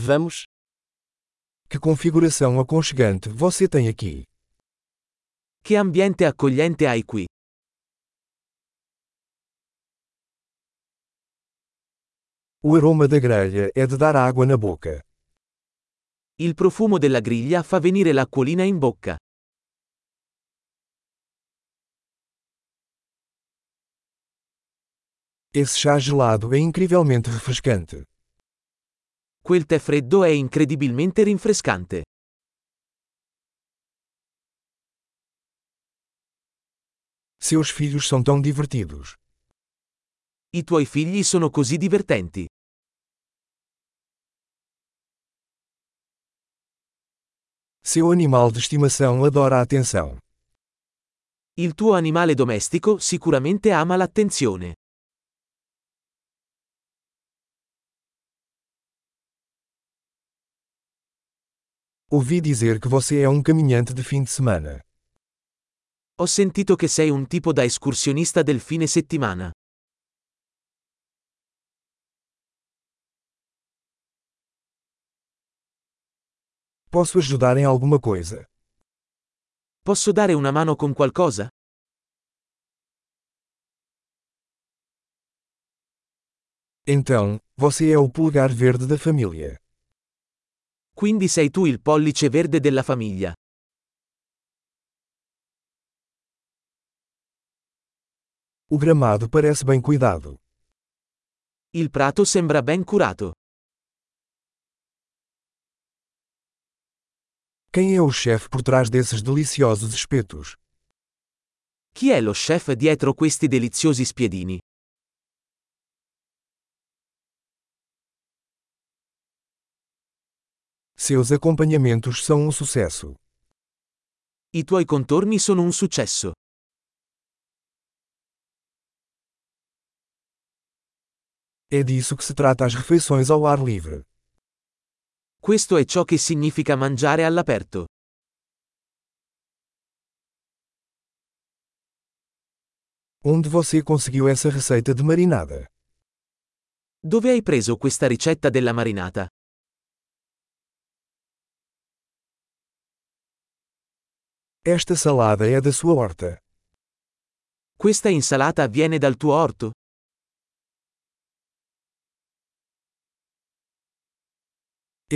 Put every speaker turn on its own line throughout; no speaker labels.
Vamos.
Que configuração aconchegante você tem aqui.
Che ambiente accogliente hai qui.
O aroma da grelha é de dar água na boca.
Il profumo della griglia fa venire l'acquolina in bocca.
Esse chá gelado é incrivelmente refrescante.
Quel tè freddo è incredibilmente rinfrescante.
Seus filhos são tão divertidos.
I tuoi figli sono così divertenti.
Seu animal de estimação adora a atenção.
Il tuo animale domestico sicuramente ama l'attenzione.
Ouvi dizer que você é um caminhante de fim de semana.
Ho sentito che sei un tipo da escursionista del fine settimana.
Posso ajudar em alguma coisa?
Posso dare una mano con qualcosa?
Então, você é o pulgar verde da família.
Quindi sei tu il pollice verde della famiglia.
O gramado parece bem cuidado.
Il prato sembra ben curato.
Quem é o chefe por trás desses deliciosos espetos?
Chi è lo chef dietro questi deliziosi spiedini?
Seus acompanhamentos são um sucesso.
I tuoi contorni sono un successo.
É disso que se trata as refeições ao ar livre.
Questo è ciò che significa mangiare all'aperto.
Onde você conseguiu essa receita de marinada?
Dove hai preso questa ricetta della marinata?
Esta salada é da sua horta.
Questa insalata viene dal tuo orto?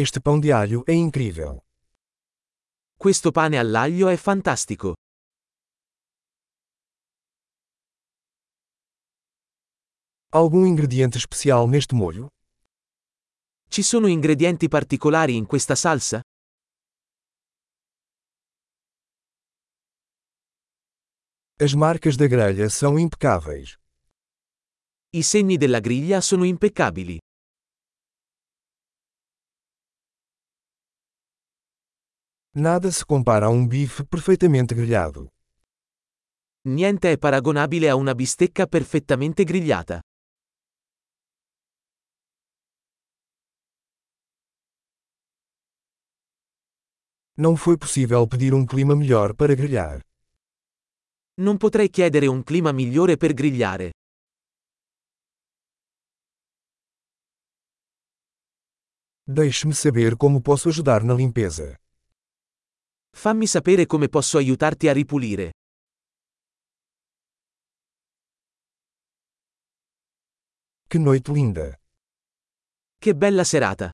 Este pão de alho é incrível.
Questo pane all'aglio è fantastico.
Algum ingrediente especial neste molho?
Ci sono ingredienti particolari in questa salsa?
As marcas da grelha são impecáveis.
I segni della griglia sono impeccabili.
Nada se compara a um bife perfeitamente grelhado.
Niente è paragonabile a una bistecca perfettamente grigliata.
Não foi possível pedir um clima melhor para grelhar.
Non potrei chiedere un clima migliore per grigliare.
Deixe-me saber como posso ajudar na limpeza.
Fammi sapere come posso aiutarti a ripulire.
Que noite linda!
Che bella serata!